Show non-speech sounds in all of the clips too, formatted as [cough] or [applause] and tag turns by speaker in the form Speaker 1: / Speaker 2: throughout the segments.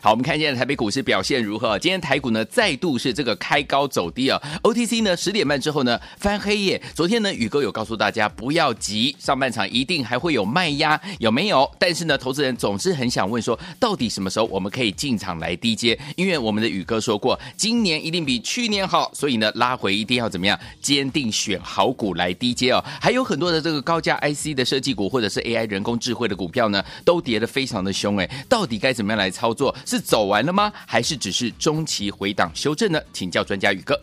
Speaker 1: 好，我们看一下台北股市表现如何？今天台股呢再度是这个开高走低啊、OTC 呢十点半之后呢翻黑夜。昨天呢宇哥有告诉大家不要急，上半场一定还会有卖压，有没有？但是呢，投资人总是很想问说，到底什么时候我们可以进场来低接？因为我们的宇哥说过，今年一定比去年好，所以呢拉回一定要怎么样？坚定选好股来低接哦。还有很多的这个高价 IC 的设计股或者是 AI 人工智慧的股票呢，都跌得非常的凶哎。到底该怎么样来操作？是走完了吗？还是只是中期回档修正呢？请教专家宇哥。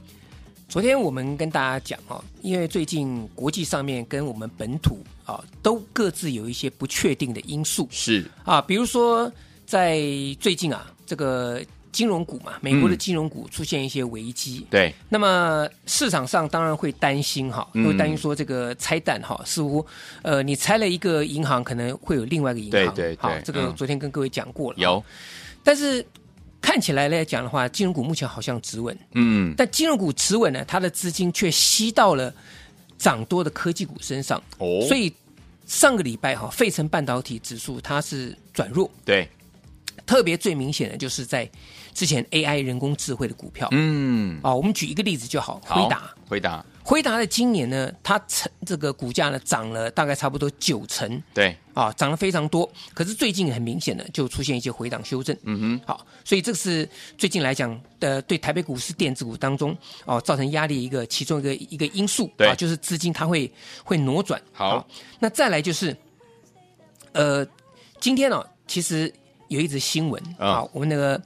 Speaker 2: 昨天我们跟大家讲哦，因为最近国际上面跟我们本土啊都各自有一些不确定的因素
Speaker 1: 是
Speaker 2: 啊，比如说在最近啊，这个金融股嘛，美国的
Speaker 1: 嗯
Speaker 2: 金融股出现一些危机，
Speaker 1: 对，
Speaker 2: 那么市场上当然会担心哈，
Speaker 1: 嗯
Speaker 2: 会担心说这个拆弹哈，似乎呃你拆了一个银行，可能会有另外一个银行。
Speaker 1: 对对对
Speaker 2: 好，这个
Speaker 1: 嗯
Speaker 2: 昨天跟各位讲过了。
Speaker 1: 有，
Speaker 2: 但是看起来来讲的话，金融股目前好像止稳，
Speaker 1: 嗯，
Speaker 2: 但金融股持稳呢，它的资金却吸到了涨多的科技股身上，
Speaker 1: 哦
Speaker 2: 所以上个礼拜哈，费城半导体指数它是转弱，
Speaker 1: 对，
Speaker 2: 特别最明显的就是在之前 AI 人工智慧的股票。
Speaker 1: 嗯，
Speaker 2: 啊、我们举一个例子就好，
Speaker 1: 好
Speaker 2: 回答。
Speaker 1: 回答，
Speaker 2: 辉达的今年呢，它成这个股价呢涨了大概差不多九成
Speaker 1: 对，
Speaker 2: 啊，涨了非常多。可是最近很明显的就出现一些回档修正，
Speaker 1: 嗯
Speaker 2: 好，所以这是最近来讲，呃，对台北股市电子股当中哦造成压力一个其中一个一个因素
Speaker 1: 对
Speaker 2: 啊，就是资金它会会挪转。
Speaker 1: 好
Speaker 2: 那再来就是，呃，今天哦，其实有一则新闻
Speaker 1: 嗯
Speaker 2: 啊，我们那个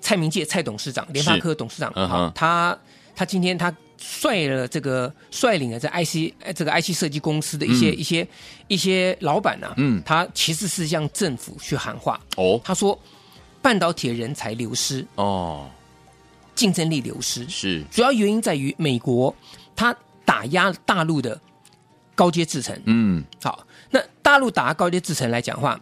Speaker 2: 蔡明介蔡董事长，联发科董事长
Speaker 1: 嗯哼
Speaker 2: 啊，他他今天他。率了这个率领了这 IC 呃这个 IC 设计公司的一些、一些一些老板啊，
Speaker 1: 嗯
Speaker 2: 他其实是向政府去喊话，
Speaker 1: 哼，哦，
Speaker 2: 他说，半导体的人才流失，
Speaker 1: 哦，
Speaker 2: 竞争力流失，
Speaker 1: 是，
Speaker 2: 主要原因在于美国它打压大陆的高阶制程。
Speaker 1: 嗯，
Speaker 2: 好，那大陆打压高阶制程来讲话，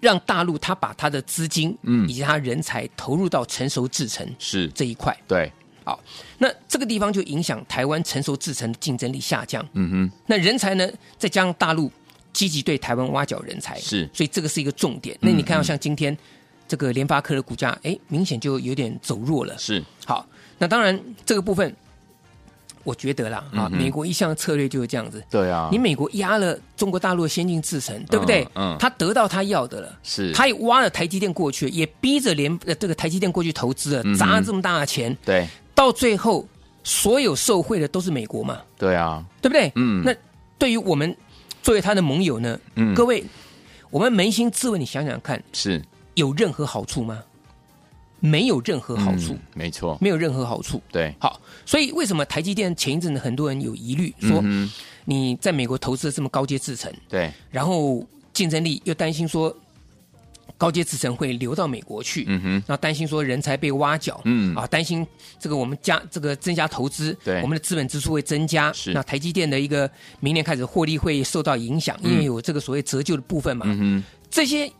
Speaker 2: 让大陆它把它的资金，
Speaker 1: 嗯
Speaker 2: 以及它人才投入到成熟制程
Speaker 1: 是，
Speaker 2: 这一块。
Speaker 1: 对，
Speaker 2: 好，那这个地方就影响台湾成熟制程的竞争力下降。
Speaker 1: 嗯哼，
Speaker 2: 那人才呢，再加上大陆积极对台湾挖角人才，
Speaker 1: 是嗯
Speaker 2: 所以这个是一个重点。那你看到像今天这个联发科的股价，哎，明显就有点走弱了。
Speaker 1: 是，
Speaker 2: 好，那当然这个部分，我觉得啦，啊，
Speaker 1: 嗯哼
Speaker 2: 美国一向策略就是这样子。
Speaker 1: 对啊
Speaker 2: 你美国压了中国大陆的先进制程，对不对？
Speaker 1: 嗯嗯
Speaker 2: 他得到他要的了，
Speaker 1: 是，
Speaker 2: 他也挖了台积电过去，也逼着联呃这个台积电过去投
Speaker 1: 嗯
Speaker 2: 资了，
Speaker 1: 哼
Speaker 2: 砸了这么大的钱，
Speaker 1: 对，
Speaker 2: 到最后所有受贿的都是美国嘛？
Speaker 1: 对啊，
Speaker 2: 对不对？
Speaker 1: 嗯
Speaker 2: 那对于我们作为他的盟友呢，
Speaker 1: 嗯
Speaker 2: 各位，我们扪心自问，你想想看，
Speaker 1: 是，
Speaker 2: 有任何好处吗？没有任何好处，
Speaker 1: 嗯没错，
Speaker 2: 没有任何好处。
Speaker 1: 对，
Speaker 2: 好，所以为什么台积电前一阵子很多人有疑虑，说
Speaker 1: 嗯哼，
Speaker 2: 你在美国投资了这么高阶制程，
Speaker 1: 对，
Speaker 2: 然后竞争力又担心说高阶制程会流到美国去，
Speaker 1: 嗯哼，
Speaker 2: 然后担心说人才被挖角，
Speaker 1: 嗯
Speaker 2: 啊，担心这个我们加这个增加投资，
Speaker 1: 对
Speaker 2: 我们的资本支出会增加，
Speaker 1: 是
Speaker 2: 那台积电的一个明年开始获利会受到影响，因为有这个所谓折旧的部分嘛，
Speaker 1: 嗯
Speaker 2: 这些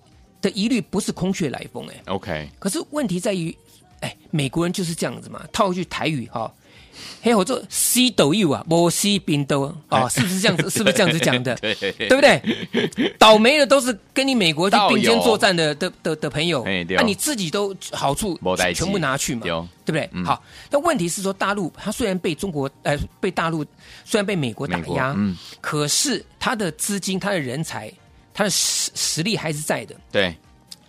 Speaker 2: 的疑虑不是空穴来风哎、
Speaker 1: 哼，OK，
Speaker 2: 可是问题在于，哎，美国人就是这样子嘛，套一句台语哈、嘿，我做西斗友啊，我西冰斗啊
Speaker 1: [laughs]
Speaker 2: 哦，是不是这样子？是不是这样子讲的？
Speaker 1: 对对
Speaker 2: 对不对？倒霉的都是跟你美国去
Speaker 1: 道友
Speaker 2: 并肩作战的的的的朋友，啊
Speaker 1: 嘿哎对哦
Speaker 2: 那、你自己都好处
Speaker 1: 没事
Speaker 2: 全部拿去嘛，
Speaker 1: 对哦嗯
Speaker 2: 对不对？好，那问题是说大陆它虽然被中国呃被大陆虽然被美国打
Speaker 1: 美国
Speaker 2: 压，
Speaker 1: 嗯
Speaker 2: 可是它的资金、它的人才、它的实实力还是在的，
Speaker 1: 对，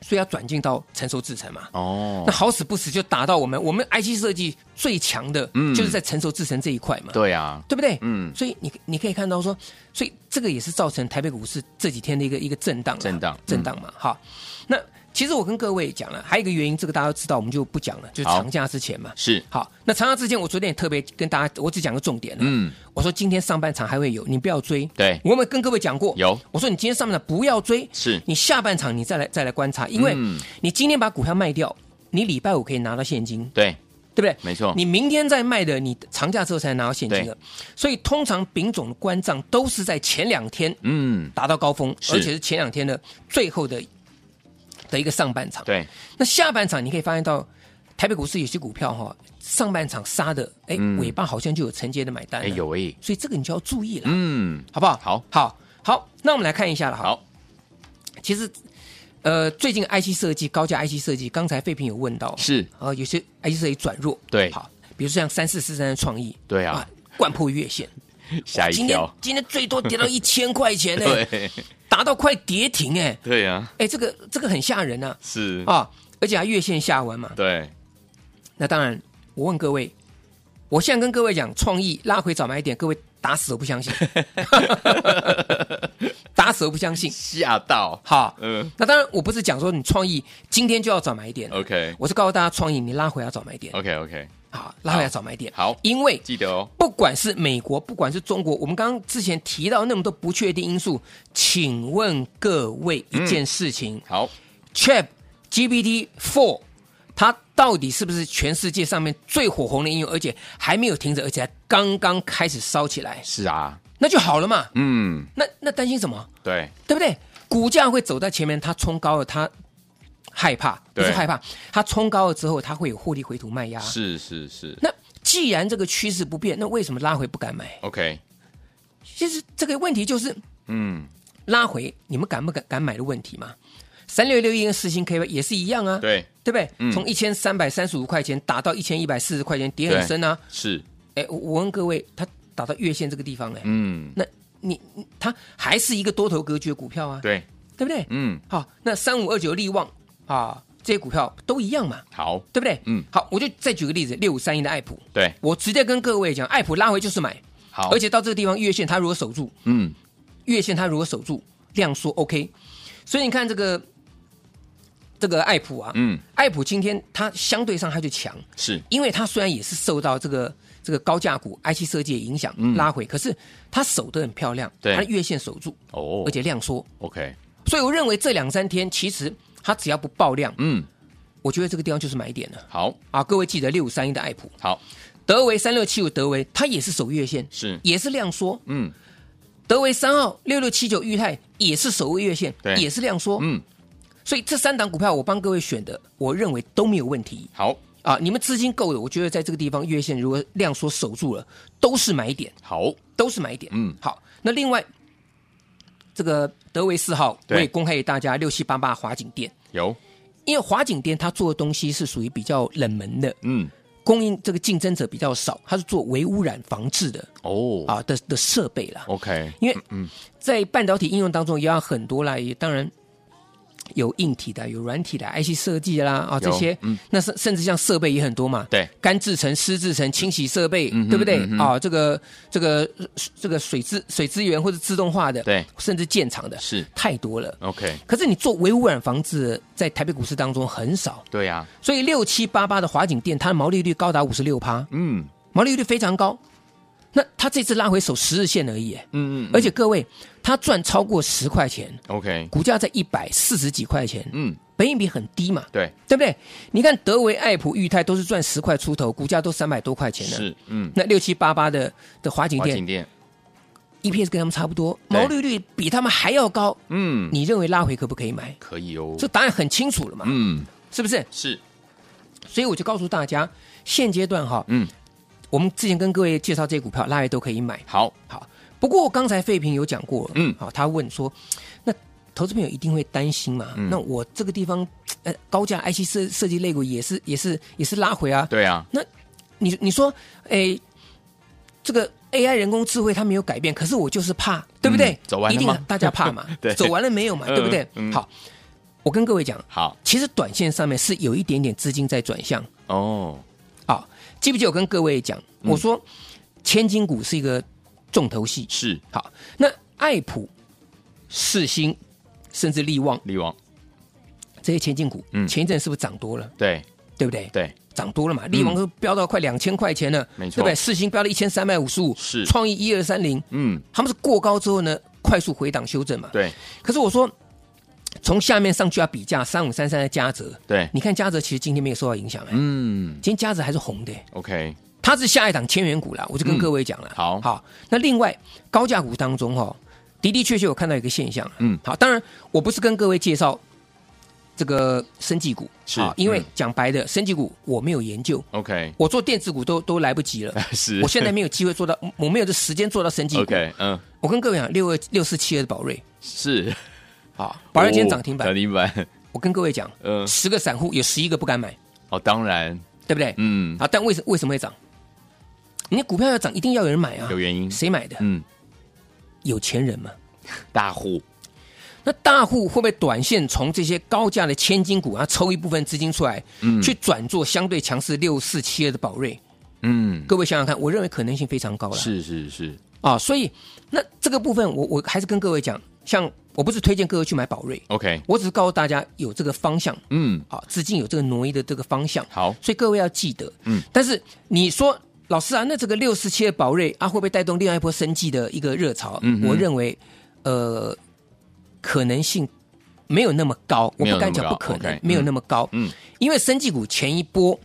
Speaker 2: 所以要转进到成熟制程嘛。
Speaker 1: 哦
Speaker 2: 那，好死不死就打到我们，我们 IC 设计最强的，
Speaker 1: 嗯
Speaker 2: 就是在成熟制程这一块嘛，
Speaker 1: 对啊，
Speaker 2: 对不对？
Speaker 1: 嗯
Speaker 2: 所以你你可以看到说，所以这个也是造成台北股市这几天的一个一个震荡啊，
Speaker 1: 震荡嗯
Speaker 2: 震荡嘛。好，那其实我跟各位讲了，还有一个原因，这个大家都知道，我们就不讲了，就是
Speaker 1: 好
Speaker 2: 长假之前嘛。
Speaker 1: 是，
Speaker 2: 好，那长假之前，我昨天也特别跟大家，我只讲个重点了。
Speaker 1: 嗯，
Speaker 2: 我说今天上半场还会有，你不要追。
Speaker 1: 对
Speaker 2: 我有没有跟各位讲过？
Speaker 1: 有
Speaker 2: 我说你今天上半场不要追，
Speaker 1: 是
Speaker 2: 你下半场你再来再来观察，因为
Speaker 1: 嗯
Speaker 2: 你今天把股票卖掉，你礼拜五可以拿到现金，
Speaker 1: 对，
Speaker 2: 对不对？
Speaker 1: 没错
Speaker 2: 你明天再卖的，你长假之后才能拿到现金的。所以通常丙种的关账都是在前两天
Speaker 1: 嗯，
Speaker 2: 达到高峰，
Speaker 1: 是
Speaker 2: 而且是前两天的最后的的一个上半场。
Speaker 1: 对，
Speaker 2: 那下半场你可以发现到台北股市有些股票哈、上半场杀的，哎，尾巴好像就有承接的买单
Speaker 1: 嗯
Speaker 2: 了
Speaker 1: 哎有哎，
Speaker 2: 所以这个你就要注意了，
Speaker 1: 嗯，
Speaker 2: 好不好？
Speaker 1: 好
Speaker 2: 好，好，那我们来看一下了哈。
Speaker 1: 好，
Speaker 2: 其实，呃，最近 IC 设计高价 IC 设计，刚才费平有问到，
Speaker 1: 是，
Speaker 2: 啊、有些 IC 设计转弱，
Speaker 1: 对
Speaker 2: 好，比如像三四四三的创意，
Speaker 1: 哎对啊，哎
Speaker 2: 贯破月线，
Speaker 1: 吓一
Speaker 2: 今天
Speaker 1: 跳，
Speaker 2: 今天最多
Speaker 1: [laughs]
Speaker 2: 跌到一千块钱呢、
Speaker 1: 对，
Speaker 2: 达到快跌停哎、
Speaker 1: 对啊，
Speaker 2: 哎，这个这个很吓人呐
Speaker 1: 是
Speaker 2: 啊，，而且还月线下弯嘛，
Speaker 1: 对，
Speaker 2: 那当然，我问各位，我现在跟各位讲创意拉回早买点，各位打死都不
Speaker 1: [laughs]
Speaker 2: 相信，打死都不相信。
Speaker 1: 吓到，
Speaker 2: 好，
Speaker 1: 嗯
Speaker 2: 那当然我不是讲说你创意今天就要早买点， [laughs]
Speaker 1: ，OK，OK，OK，、
Speaker 2: 我是告诉大家创意你拉回要早买点，好，拉回要早买点，
Speaker 1: 呃好
Speaker 2: 因为
Speaker 1: 记得哦，
Speaker 2: 不管是美国，不管是中国，我们刚刚之前提到那么多不确定因素，请问各位一
Speaker 1: 嗯
Speaker 2: 件事情、
Speaker 1: 好，
Speaker 2: c h a t GPT Four 它到底是不是全世界上面最火红的应用，而且还没有停止，而且还刚刚开始烧起来，
Speaker 1: 是啊，
Speaker 2: 那就好了嘛。
Speaker 1: 嗯，
Speaker 2: 那那担心什么？
Speaker 1: 对，
Speaker 2: 对不对？股价会走在前面，它冲高了，它害怕，不
Speaker 1: 对
Speaker 2: 是害怕，它冲高了之后，它会有获利回吐卖压。
Speaker 1: 是是是
Speaker 2: 那既然这个趋势不变，那为什么拉回不敢买？
Speaker 1: ，OK，
Speaker 2: 其实这个问题就是
Speaker 1: 嗯，
Speaker 2: 拉回，你们敢不敢敢买的问题嘛？三六六一跟四星 K Y 也是一样啊，
Speaker 1: 对，
Speaker 2: 对不对？
Speaker 1: 嗯
Speaker 2: 从一千三百三十五块钱打到一千一百四十块钱，跌很深啊。
Speaker 1: 是，
Speaker 2: 哎，我我问各位，它打到月线这个地方，哎、
Speaker 1: 嗯，
Speaker 2: 那你你它还是一个多头格局的股票啊，
Speaker 1: 对，
Speaker 2: 对不对？
Speaker 1: 嗯，
Speaker 2: 好，那三五二九利旺啊，这些股票都一样嘛，
Speaker 1: 好，
Speaker 2: 对不对？
Speaker 1: 嗯，
Speaker 2: 好，我就再举个例子，六五三一的爱普，
Speaker 1: 对，
Speaker 2: 我直接跟各位讲，爱普拉回就是买，
Speaker 1: 好，
Speaker 2: 而，且到这个地方月线它如果守住，
Speaker 1: 嗯，
Speaker 2: 月线它如果守住量缩 OK，所以你看这个这个爱普啊，
Speaker 1: 嗯，
Speaker 2: 爱普今天它相对上它就强，
Speaker 1: 是，
Speaker 2: 因为它虽然也是受到这个这个高价股 IC 设计的影响拉回，可是它守得很漂亮，
Speaker 1: 嗯对
Speaker 2: 它月线守住，
Speaker 1: 哦，
Speaker 2: 而且量缩，
Speaker 1: ，OK，
Speaker 2: 所以我认为这两三天其实它只要不爆量，
Speaker 1: 嗯，
Speaker 2: 我觉得这个地方就是买点了
Speaker 1: 好，
Speaker 2: 啊！各位记得六五三一的爱普，
Speaker 1: 好，
Speaker 2: 德维三六七五德维，它也是守月线，
Speaker 1: 是
Speaker 2: 也是量缩，
Speaker 1: 嗯，
Speaker 2: 德维三号六六七九裕泰也是守月线
Speaker 1: 对，
Speaker 2: 也是量缩，
Speaker 1: 嗯，
Speaker 2: 所以这三档股票我帮各位选的，我认为都没有问题
Speaker 1: 好，
Speaker 2: 啊！你们资金够的，我觉得在这个地方月线如果量缩守住了，都是买点，
Speaker 1: 好，
Speaker 2: 都是买点。
Speaker 1: 嗯
Speaker 2: 好，那另外这个德维四号，我
Speaker 1: 对
Speaker 2: 也公开给大家六七八八华景店。
Speaker 1: 有，
Speaker 2: 因为华景店它做的东西是属于比较冷门的，
Speaker 1: 嗯，
Speaker 2: 供应这个竞争者比较少，它是做微污染防治的
Speaker 1: 哦，
Speaker 2: 啊的的设备啦。
Speaker 1: ，OK，
Speaker 2: 因为
Speaker 1: 嗯
Speaker 2: 在半导体应用当中也有很多啦，也当然有硬体的、有软体的、IC 设计啦啊
Speaker 1: 有
Speaker 2: 这些，
Speaker 1: 嗯
Speaker 2: 那甚甚至像设备也很多嘛，
Speaker 1: 对，嗯
Speaker 2: 干制成、湿制成、清洗设备，对不对、啊？这个这个这个水资水资源或者自动化的，
Speaker 1: 对，
Speaker 2: 甚至建厂的
Speaker 1: 是
Speaker 2: 太多了。
Speaker 1: ，OK，
Speaker 2: 可是你做微污染防治，在台北股市当中很少，
Speaker 1: 对呀，
Speaker 2: 所以六七八八的华景店，它的毛利率高达五十六趴，
Speaker 1: 嗯，
Speaker 2: 毛利率非常高。那它这次拉回守十日线而已，哎
Speaker 1: 嗯嗯
Speaker 2: 而且各位，它赚超过十块钱，
Speaker 1: ，OK，
Speaker 2: 股价在一百四十几块钱，
Speaker 1: 嗯，
Speaker 2: 本益比很低嘛，
Speaker 1: 对，
Speaker 2: 对不对？你看德维、爱普、裕泰都是赚十块出头，股价都三百多块钱了。
Speaker 1: 是，嗯，
Speaker 2: 那六七八八的的华景
Speaker 1: 华
Speaker 2: 店
Speaker 1: 景店，
Speaker 2: EPS 跟他们差不多，
Speaker 1: 对
Speaker 2: 毛利率比他们还要高，
Speaker 1: 嗯，
Speaker 2: 你认为拉回可不可以买？
Speaker 1: 可以哦，
Speaker 2: 这答案很清楚了嘛，
Speaker 1: 嗯，
Speaker 2: 是不是？
Speaker 1: 是，
Speaker 2: 所以我就告诉大家，现阶段哈，
Speaker 1: 嗯，
Speaker 2: 我们之前跟各位介绍这些股票，拉回都可以买。
Speaker 1: 好，
Speaker 2: 好，不过刚才费平有讲过，
Speaker 1: 嗯
Speaker 2: 好，他问说，那投资朋友一定会担心嘛？
Speaker 1: 嗯
Speaker 2: 那我这个地方，呃，高价 IC 设设计类股也是也是也是拉回啊。
Speaker 1: 对啊，
Speaker 2: 你你说，哎，这个 AI 人工智慧它没有改变，可是我就是怕，对不对？
Speaker 1: 嗯走完了
Speaker 2: 一定啊
Speaker 1: 吗
Speaker 2: 大家怕嘛？
Speaker 1: [laughs] 对
Speaker 2: 走完了没有嘛？
Speaker 1: 嗯
Speaker 2: 对不对？
Speaker 1: 嗯
Speaker 2: 好，我跟各位讲，
Speaker 1: 好
Speaker 2: 其实短线上面是有一点点资金在转向
Speaker 1: 哦，
Speaker 2: 啊、记不记得我跟各位讲，
Speaker 1: 嗯
Speaker 2: 我说千金股是一个重头戏。
Speaker 1: 是
Speaker 2: 好，那爱普、世新，甚至力旺
Speaker 1: 力王，
Speaker 2: 这些千金股，
Speaker 1: 嗯
Speaker 2: 前一阵是不是涨多了？
Speaker 1: 对
Speaker 2: 对不对？
Speaker 1: 对，
Speaker 2: 涨多了嘛，力旺都飙到快两千块钱了，
Speaker 1: 嗯没错
Speaker 2: 对不对？世新飙到一千三百五十五，
Speaker 1: 是
Speaker 2: 创意一二三零，
Speaker 1: 嗯，
Speaker 2: 他们是过高之后呢，快速回档修正嘛。。
Speaker 1: 对
Speaker 2: 可是我说，从下面上去要比价三五三三的嘉泽，
Speaker 1: 对，
Speaker 2: 你看嘉泽其实今天没有受到影响、哎，
Speaker 1: 嗯
Speaker 2: 今天嘉泽还是红的、哎
Speaker 1: ，OK，
Speaker 2: 它是下一档千元股啦，我就跟
Speaker 1: 嗯
Speaker 2: 各位讲了、
Speaker 1: 好
Speaker 2: 好，那另外高价股当中哦，的的确确有看到一个现象，
Speaker 1: 嗯
Speaker 2: 好，当然我不是跟各位介绍这个生技股，
Speaker 1: 是
Speaker 2: 好因为
Speaker 1: 嗯
Speaker 2: 讲白的，生技股我没有研究，
Speaker 1: OK，
Speaker 2: 我做电子股都都来不及了，
Speaker 1: [laughs] 是
Speaker 2: 我现在没有机会做到，我没有这时间做到生技股。
Speaker 1: OK，嗯，
Speaker 2: 我跟各位讲，六二六四七二的宝瑞，
Speaker 1: 是
Speaker 2: 好，宝瑞今天涨
Speaker 1: [laughs]
Speaker 2: 停
Speaker 1: 哦
Speaker 2: 板
Speaker 1: 涨，停板，
Speaker 2: 我跟各位讲，
Speaker 1: 嗯，
Speaker 2: 十个散户有十一个不敢买，
Speaker 1: 哦，当然，
Speaker 2: 对不对？
Speaker 1: 嗯，
Speaker 2: 啊，但为什为什么会涨？你的股票要涨，一定要有人买啊，
Speaker 1: 有原因，
Speaker 2: 谁买的？
Speaker 1: 嗯，
Speaker 2: 有钱人嘛。
Speaker 1: 大户，
Speaker 2: 那大户会不会短线从这些高价的千金股啊抽一部分资金出来，
Speaker 1: 嗯
Speaker 2: 去转做相对强势六四七二的宝瑞？
Speaker 1: 嗯，
Speaker 2: 各位想想看，我认为可能性非常高了。
Speaker 1: 是是是，
Speaker 2: 啊，所以那这个部分我，我还是跟各位讲，像我不是推荐各位去买宝瑞，
Speaker 1: OK，
Speaker 2: 我只是告诉大家有这个方向
Speaker 1: 嗯，
Speaker 2: 啊，资金有这个挪移的这个方向。
Speaker 1: 好
Speaker 2: 所以各位要记得，
Speaker 1: 嗯，
Speaker 2: 但是你说老师啊，那这个六四七的宝瑞啊，会不会带动另外一波生计的一个热潮？
Speaker 1: 嗯哼
Speaker 2: 我认为，呃，可能性没有那么高，我
Speaker 1: 没有
Speaker 2: 不敢
Speaker 1: 那么
Speaker 2: 讲
Speaker 1: 高
Speaker 2: 不可能
Speaker 1: OK，，
Speaker 2: 没有那么高，
Speaker 1: 嗯嗯，
Speaker 2: 因为生计股前一波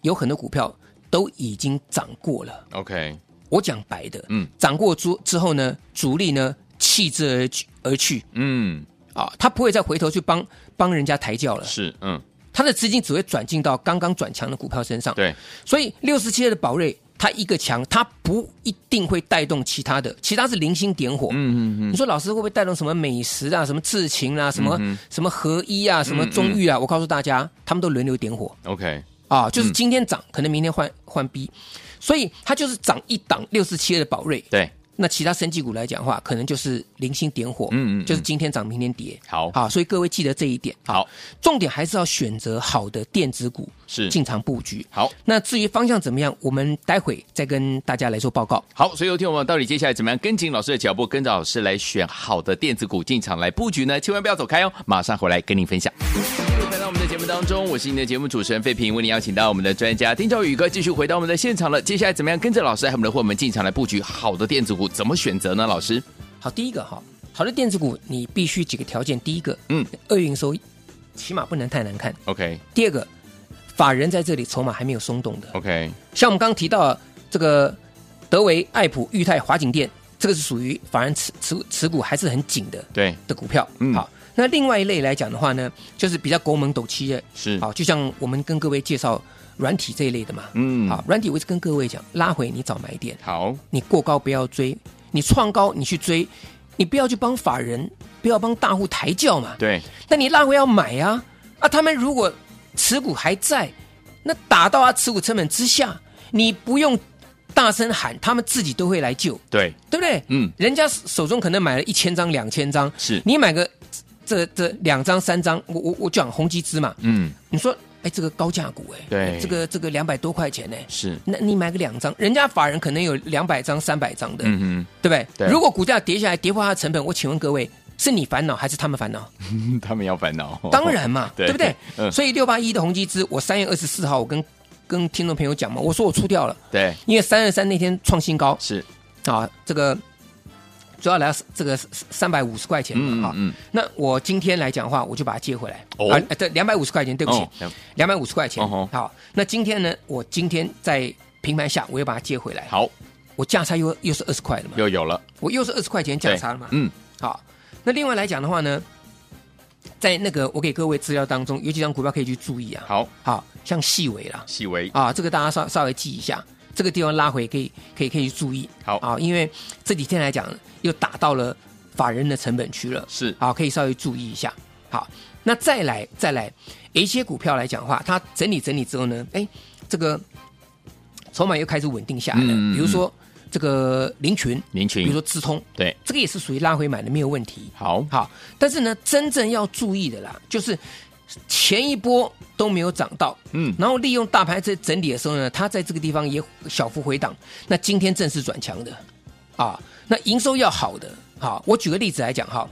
Speaker 2: 有很多股票都已经涨过了。
Speaker 1: ，OK，
Speaker 2: 我讲白的，
Speaker 1: 嗯
Speaker 2: 嗯，涨过之之后呢，主力呢弃之而去而去
Speaker 1: 嗯，
Speaker 2: 啊，他不会再回头去帮帮人家抬轿了，
Speaker 1: 是，嗯，
Speaker 2: 他的资金只会转进到刚刚转强的股票身上。，
Speaker 1: 对，
Speaker 2: 所以六十七的宝瑞，它一个强，它不一定会带动其他的，其他是零星点火。
Speaker 1: 嗯嗯嗯，嗯
Speaker 2: 你说老师会不会带动什么美食啊、什么智勤啊、什么、什么合一啊、什么中裕啊？我告诉大家，他们都轮流点火。
Speaker 1: OK，
Speaker 2: 啊，就是今天涨，可能明天换换 B，所以它就是涨一档六四七二的宝瑞，
Speaker 1: 对，
Speaker 2: 那其他生技股来讲的话，可能就是零星点火，
Speaker 1: 嗯嗯嗯
Speaker 2: 就是今天涨，明天跌。
Speaker 1: 好
Speaker 2: 啊，所以各位记得这一点。
Speaker 1: 好，
Speaker 2: 重点还是要选择好的电子股
Speaker 1: 是
Speaker 2: 进场布局。
Speaker 1: 好。
Speaker 2: 那至于方向怎么样，我们待会再跟大家来做报告。
Speaker 1: 好，所以有听我们到底接下来怎么样跟紧老师的脚步，跟着老师来选好的电子股进场来布局呢？千万不要走开哦，马上回来跟您分享。回到我们的节目当中，我是您的节目主持人费平，为您邀请到我们的专家丁兆宇哥继续回到我们的现场了。接下来怎么样跟着老师和我们的伙伴们进场来布局好的电子股？怎么选择呢？老师，
Speaker 2: 好，第一个哈，好的电子股你必须几个条件，第一个，
Speaker 1: 嗯，
Speaker 2: 二营收起码不能太难看；
Speaker 1: ，OK
Speaker 2: 第二个，法人在这里筹码还没有松动的。
Speaker 1: OK，
Speaker 2: 像我们刚刚提到的这个德维、爱普、裕泰、华景店，这个是属于法人持持持股还是很紧的
Speaker 1: 对，
Speaker 2: 的股票。
Speaker 1: 嗯
Speaker 2: 好，那另外一类来讲的话呢，就是比较狗猛斗七的，
Speaker 1: 是，
Speaker 2: 好，就像我们跟各位介绍软体这一类的嘛。
Speaker 1: 嗯，
Speaker 2: 好，软体我一直跟各位讲，拉回你找买点，
Speaker 1: 好，
Speaker 2: 你过高不要追，你创高你去追，你不要去帮法人，不要帮大户抬轿嘛。
Speaker 1: 对，
Speaker 2: 那你拉回要买呀、啊，他们如果持股还在，那打到他持股成本之下，你不用大声喊，他们自己都会来救，
Speaker 1: 对，
Speaker 2: 对不对？
Speaker 1: 嗯
Speaker 2: 人家手中可能买了一千张、两千张，
Speaker 1: 是
Speaker 2: 你买个这这两张、三张，我我我讲红基资嘛，
Speaker 1: 嗯，
Speaker 2: 你说，哎，这个高价股，哎，
Speaker 1: 对
Speaker 2: 这个这个两百多块钱呢。哎
Speaker 1: 是，
Speaker 2: 那你买个两张，人家法人可能有两百张、三百张的，
Speaker 1: 嗯
Speaker 2: 对不对？
Speaker 1: 对
Speaker 2: 如果股价跌下来，跌破它的成本，我请问各位，是你烦恼还是他们烦恼？
Speaker 1: 哼，他们要烦恼，
Speaker 2: 当，然嘛，
Speaker 1: 哦对
Speaker 2: 对不对？
Speaker 1: 嗯
Speaker 2: 所以六八一的宏基资，我三月二十四号我跟跟听众朋友讲嘛，我说我出掉了，
Speaker 1: [laughs] 对，
Speaker 2: 因为三二三那天创新高
Speaker 1: 是，
Speaker 2: 啊，这个主要来到这个三百五十块钱
Speaker 1: 嗯
Speaker 2: 嘛哈、啊
Speaker 1: 嗯
Speaker 2: 那我今天来讲的话，我就把它接回来，
Speaker 1: 哦
Speaker 2: 啊，这两百五十块钱，对
Speaker 1: 对
Speaker 2: 不起，两百五十块钱、
Speaker 1: 哦吼
Speaker 2: 好，那今天呢，我今天在平盘下，我又把它接回来，
Speaker 1: 好，
Speaker 2: 我价差又又是二十块了嘛，
Speaker 1: 又有了，
Speaker 2: 我又是二十块钱价差了嘛，
Speaker 1: 嗯，
Speaker 2: 好，那另外来讲的话呢，在那个我给各位资料当中，有几张股票可以去注意啊。
Speaker 1: 好，
Speaker 2: 好，像细微啦，
Speaker 1: 细微，
Speaker 2: 啊，这个大家稍稍微记一下，这个地方拉回可以可以可以去注意。
Speaker 1: 好
Speaker 2: 啊，因为这几天来讲又打到了法人的成本区了，
Speaker 1: 是，
Speaker 2: 好，可以稍微注意一下。好，那再来再来，有一些股票来讲的话，它整理整理之后呢，哎，这个筹码又开始稳定下来了。
Speaker 1: 嗯嗯嗯
Speaker 2: 比如说这个林群，
Speaker 1: 林群
Speaker 2: 比如说资通，
Speaker 1: 对，
Speaker 2: 这个也是属于拉回买的，没有问题。
Speaker 1: 好，
Speaker 2: 好，但是呢，真正要注意的啦，就是前一波都没有涨到，
Speaker 1: 嗯
Speaker 2: 然后利用大盘在整理的时候呢，它在这个地方也小幅回档，那今天正式转强的啊，那营收要好的，好，我举个例子来讲哈，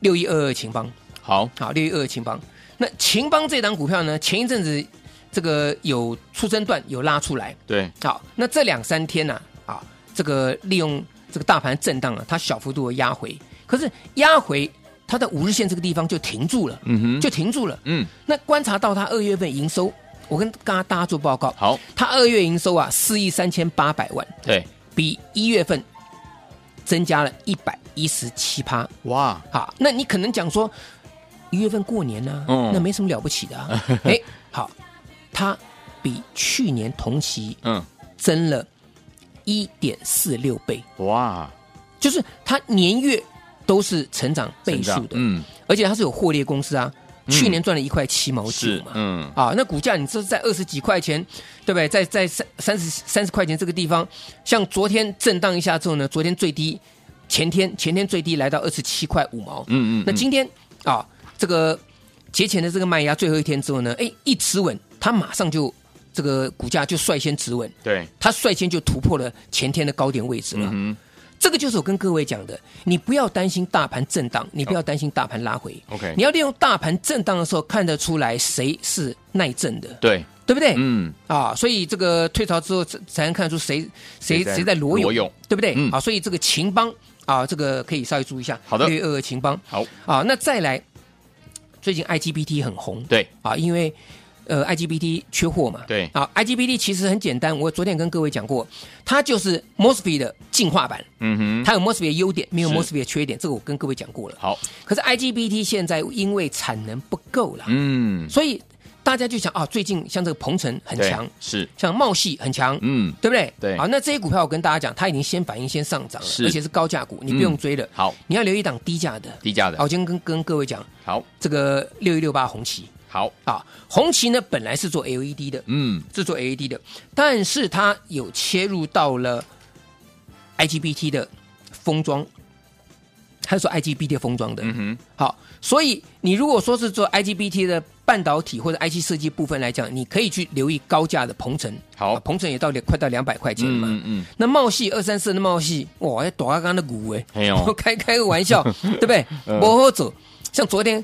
Speaker 2: 六一二二秦邦，
Speaker 1: 好，
Speaker 2: 好，六一二秦邦。那秦邦这档股票呢，前一阵子这个有出生段有拉出来，
Speaker 1: 对，
Speaker 2: 好，那这两三天呢、啊，这个利用这个大盘震荡啊，它小幅度的压回，可是压回它的五日线这个地方就停住了，
Speaker 1: 嗯哼，
Speaker 2: 就停住了。
Speaker 1: 嗯，
Speaker 2: 那观察到它二月份营收，我跟大家大家做报告，
Speaker 1: 好，
Speaker 2: 它二月营收啊四亿三千八百万，
Speaker 1: 对，
Speaker 2: 比一月份增加了一百一十七趴，
Speaker 1: 哇，
Speaker 2: 好，那你可能讲说一月份过年呢、
Speaker 1: 嗯
Speaker 2: 那没什么了不起的
Speaker 1: [laughs]
Speaker 2: 啊。哎，好，它比去年同期
Speaker 1: 嗯，
Speaker 2: 增了一点四六倍，
Speaker 1: 哇，
Speaker 2: 就是它年月都是成长倍数
Speaker 1: 成长，
Speaker 2: 的
Speaker 1: 嗯，
Speaker 2: 而且它是有获利的公司啊。去年赚了一块七毛九
Speaker 1: 是
Speaker 2: 嘛，，
Speaker 1: 嗯，
Speaker 2: 啊，那股价你这是在二十几块钱，对不对？在在三三十三十块钱这个地方，像昨天震荡一下之后呢，昨天最低，前天前天最低来到二十七块五毛，
Speaker 1: 嗯嗯嗯
Speaker 2: 那今天啊，这个节前的这个卖压最后一天之后呢，哎，一持稳，它马上就这个股价就率先止稳，
Speaker 1: 对，
Speaker 2: 它率先就突破了前天的高点位置了。
Speaker 1: 嗯
Speaker 2: 这个就是我跟各位讲的，你不要担心大盘震荡，你不要担心大盘拉回。
Speaker 1: 哦 OK
Speaker 2: 你要利用大盘震荡的时候看得出来谁是耐震的，
Speaker 1: 对，
Speaker 2: 对不对？
Speaker 1: 嗯，
Speaker 2: 啊，所以这个退潮之后才才能看出谁谁
Speaker 1: 谁在
Speaker 2: 谁在裸
Speaker 1: 裸泳
Speaker 2: 泳，对不对？
Speaker 1: 嗯
Speaker 2: 啊，所以这个秦邦啊，这个可以稍微注意一下。
Speaker 1: 好的
Speaker 2: 六月二二秦邦
Speaker 1: 好，
Speaker 2: 啊，那再来，最近 IGBT 很红，
Speaker 1: 对，
Speaker 2: 啊，因为呃 IGBT 缺货嘛，
Speaker 1: 对
Speaker 2: 啊 IGBT 其实很简单，我昨天跟各位讲过，它就是 MOSFET 的进化版，
Speaker 1: 嗯哼，
Speaker 2: 它有 MOSFET 的优点，没有
Speaker 1: 是
Speaker 2: MOSFET 的缺点，这个我跟各位讲过了。
Speaker 1: 好，
Speaker 2: 可是 IGBT 现在因为产能不够了，
Speaker 1: 嗯，
Speaker 2: 所以大家就想啊，最近像这个鹏程很
Speaker 1: 对
Speaker 2: 强，
Speaker 1: 是，
Speaker 2: 像茂系很强，
Speaker 1: 嗯，
Speaker 2: 对不对？
Speaker 1: 对
Speaker 2: 好，那这些股票我跟大家讲，它已经先反应先上涨了，
Speaker 1: 是嗯
Speaker 2: 而且是高价股，你不用追了。
Speaker 1: 好，
Speaker 2: 你要留一档低价的。
Speaker 1: 低价
Speaker 2: 好，
Speaker 1: 的，
Speaker 2: 我今天跟跟各位讲，
Speaker 1: 好，
Speaker 2: 这个六一六八红旗
Speaker 1: 好，
Speaker 2: 啊，红旗呢本来是做 LED 的，
Speaker 1: 嗯，
Speaker 2: 是做 LED 的，但是它有切入到了 IGBT 的封装，它是做 IGBT 的封装的。
Speaker 1: 嗯哼，
Speaker 2: 好，所以你如果说是做 IGBT 的半导体或者 IC 设计部分来讲，你可以去留意高价的鹏程，
Speaker 1: 好
Speaker 2: 啊鹏程也到了快到两百块钱了嘛。
Speaker 1: 嗯嗯，
Speaker 2: 那茂系二三四的茂系，哇，还躲阿刚的股哎，
Speaker 1: 哎呦
Speaker 2: [laughs] 开开个玩笑，对不对？
Speaker 1: [laughs] 嗯
Speaker 2: 不好走，像昨天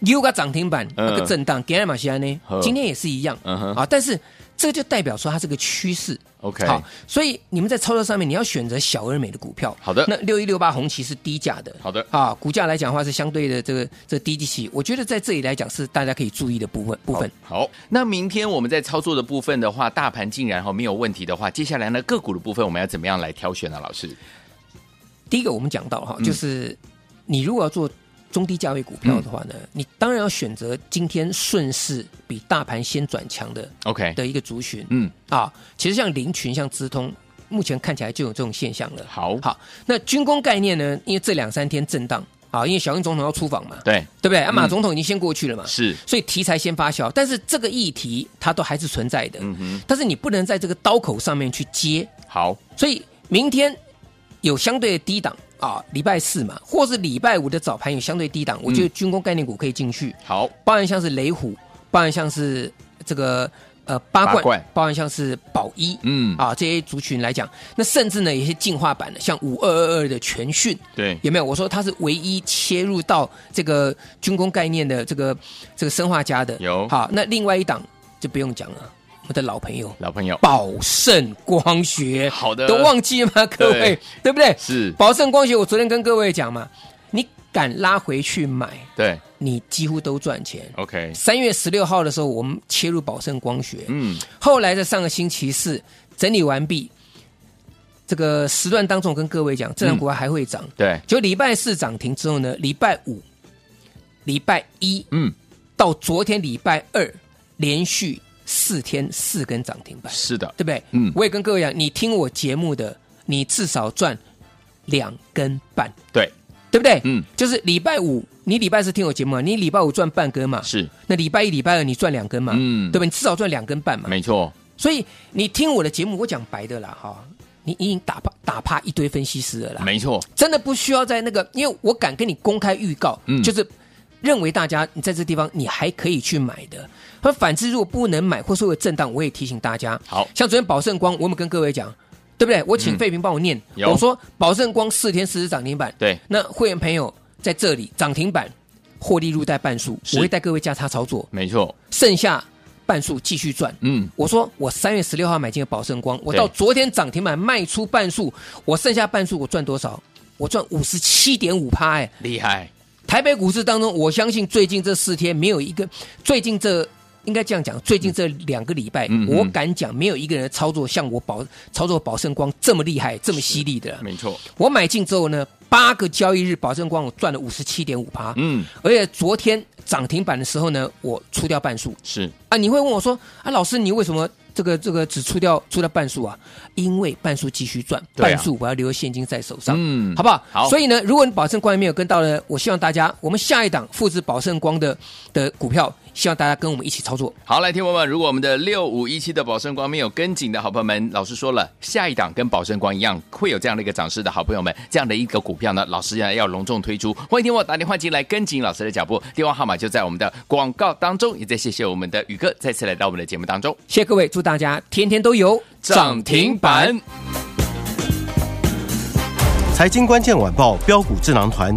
Speaker 2: 又个涨停板，
Speaker 1: 嗯
Speaker 2: 那个震荡，给马西安呢
Speaker 1: 呵，
Speaker 2: 今天也是一样
Speaker 1: 嗯哼
Speaker 2: 啊。但是这就代表说它是个趋势
Speaker 1: OK
Speaker 2: 好，所以你们在操作上面你要选择小而美的股票。
Speaker 1: 好的
Speaker 2: 那六一六八红旗是低价的，
Speaker 1: 好的
Speaker 2: 啊，股价来讲的话是相对的这个这低基期，我觉得在这里来讲是大家可以注意的部分部分。
Speaker 1: 好，那明天我们在操作的部分的话，大盘竟然哈没有问题的话，接下来呢个股的部分我们要怎么样来挑选呢？老师，
Speaker 2: 第一个我们讲到哈，
Speaker 1: 嗯
Speaker 2: 就是你如果要做中低价位股票的话呢，
Speaker 1: 嗯
Speaker 2: 你当然要选择今天顺势比大盘先转强的
Speaker 1: OK，
Speaker 2: 的一个族群
Speaker 1: 嗯，
Speaker 2: 啊。其实像林群、像资通，目前看起来就有这种现象了。
Speaker 1: 好，
Speaker 2: 好，那军工概念呢？因为这两三天震荡啊，因为小英总统要出访嘛，
Speaker 1: 对，
Speaker 2: 对不对？啊，马
Speaker 1: 嗯
Speaker 2: 总统已经先过去了嘛，
Speaker 1: 是，
Speaker 2: 所以题材先发酵，但是这个议题它都还是存在的。
Speaker 1: 嗯哼，
Speaker 2: 但是你不能在这个刀口上面去接，
Speaker 1: 好，
Speaker 2: 所以明天有相对的低档啊，礼拜四嘛，或是礼拜五的早盘有相对低档，我觉得军工概念股可以进去，
Speaker 1: 好，
Speaker 2: 包含像是雷虎，包含像是这个呃八
Speaker 1: 八
Speaker 2: 冠，
Speaker 1: 冠
Speaker 2: 包含像是宝一。
Speaker 1: 嗯，
Speaker 2: 啊，这些族群来讲，那甚至呢，有一些进化版的，像五二二二的全讯，
Speaker 1: 对，
Speaker 2: 有没有？我说它是唯一切入到这个军工概念的这个这个生化家的。
Speaker 1: 有
Speaker 2: 好，那另外一档就不用讲了，我的老朋友
Speaker 1: 老朋友，
Speaker 2: 宝盛光学，
Speaker 1: 好的
Speaker 2: 都忘记了吗？各位，
Speaker 1: 呃对
Speaker 2: 对不对？
Speaker 1: 是，
Speaker 2: 宝盛光学，我昨天跟各位讲嘛，你敢拉回去买，
Speaker 1: 对
Speaker 2: 你几乎都赚钱。
Speaker 1: ，OK，
Speaker 2: 三月十六号的时候，我们切入宝盛光学，
Speaker 1: 嗯，
Speaker 2: 后来在上个星期四整理完毕，这个时段当中，我跟各位讲，这档股票还会涨。
Speaker 1: 对，
Speaker 2: 就礼拜四涨停之后呢，礼拜五、礼拜一
Speaker 1: 嗯，
Speaker 2: 到昨天礼拜二，连续四天四根涨停板，
Speaker 1: 是的
Speaker 2: 对，不对？
Speaker 1: 嗯
Speaker 2: 我也跟各位讲，你听我节目的，你至少赚两根半，
Speaker 1: 对，
Speaker 2: 对不对？
Speaker 1: 嗯，
Speaker 2: 就是礼拜五，你礼拜四听我节目嘛，你礼拜五赚半根嘛，
Speaker 1: 是，
Speaker 2: 那礼拜一、礼拜二你赚两根嘛，
Speaker 1: 嗯
Speaker 2: 对吧？你至少赚两根半嘛，
Speaker 1: 没错，
Speaker 2: 所以你听我的节目，我讲白的啦，哈、你已经打趴打趴一堆分析师了啦。
Speaker 1: 没错，
Speaker 2: 真的不需要在那个，因为我敢跟你公开预告，
Speaker 1: 嗯
Speaker 2: 就是认为大家你在这地方你还可以去买的。而反之，如果不能买或是会有震荡，我也提醒大家。
Speaker 1: 好
Speaker 2: 像昨天宝盛光，我有没有跟各位讲，对不对？我请
Speaker 1: 嗯
Speaker 2: 费平帮我念，
Speaker 1: 有
Speaker 2: 我说宝盛光四天四只涨停板，
Speaker 1: 对
Speaker 2: 那会员朋友在这里涨停板获利入袋半数，
Speaker 1: 是
Speaker 2: 我会带各位价差操作，
Speaker 1: 没错，
Speaker 2: 剩下半数继续赚。
Speaker 1: 嗯，
Speaker 2: 我说我三月十六号买进的宝盛光，我
Speaker 1: 对
Speaker 2: 到昨天涨停板卖出半数，我剩下半数我赚多少？我赚五十七点五趴，哎，
Speaker 1: 厉害，
Speaker 2: 台北股市当中，我相信最近这四天没有一个，最近这应该这样讲，最近这两个礼拜，
Speaker 1: 嗯嗯
Speaker 2: 我敢讲没有一个人的操作像我宝操作宝盛光这么厉害、这么犀利的了。
Speaker 1: 没错，
Speaker 2: 我买进之后呢，八个交易日宝盛光我赚了五十七点五趴，
Speaker 1: 嗯，
Speaker 2: 而且昨天涨停板的时候呢，我出掉半数，
Speaker 1: 是
Speaker 2: 啊，你会问我说啊，老师，你为什么这个这个只出掉出掉半数啊？因为半数继续赚，
Speaker 1: 对啊
Speaker 2: 半数我要留现金在手上，
Speaker 1: 嗯
Speaker 2: 好不好？
Speaker 1: 好
Speaker 2: 所以呢，如果你宝盛光还没有跟到呢，我希望大家我们下一档复制宝盛光的的股票，希望大家跟我们一起操作。
Speaker 1: 好，来，听众朋友们，如果我们的六五一七的宝盛光没有跟紧的好朋友们，老师说了，下一档跟宝盛光一样会有这样的一个涨势的好朋友们，这样的一个股票呢，老师呢要隆重推出，欢迎听我打电话进来跟紧老师的脚步，电话号码就在我们的广告当中，也再谢谢我们的宇哥再次来到我们的节目当中，
Speaker 2: 谢谢各位，祝大家天天都有。
Speaker 3: 财经关键晚报标股智囊团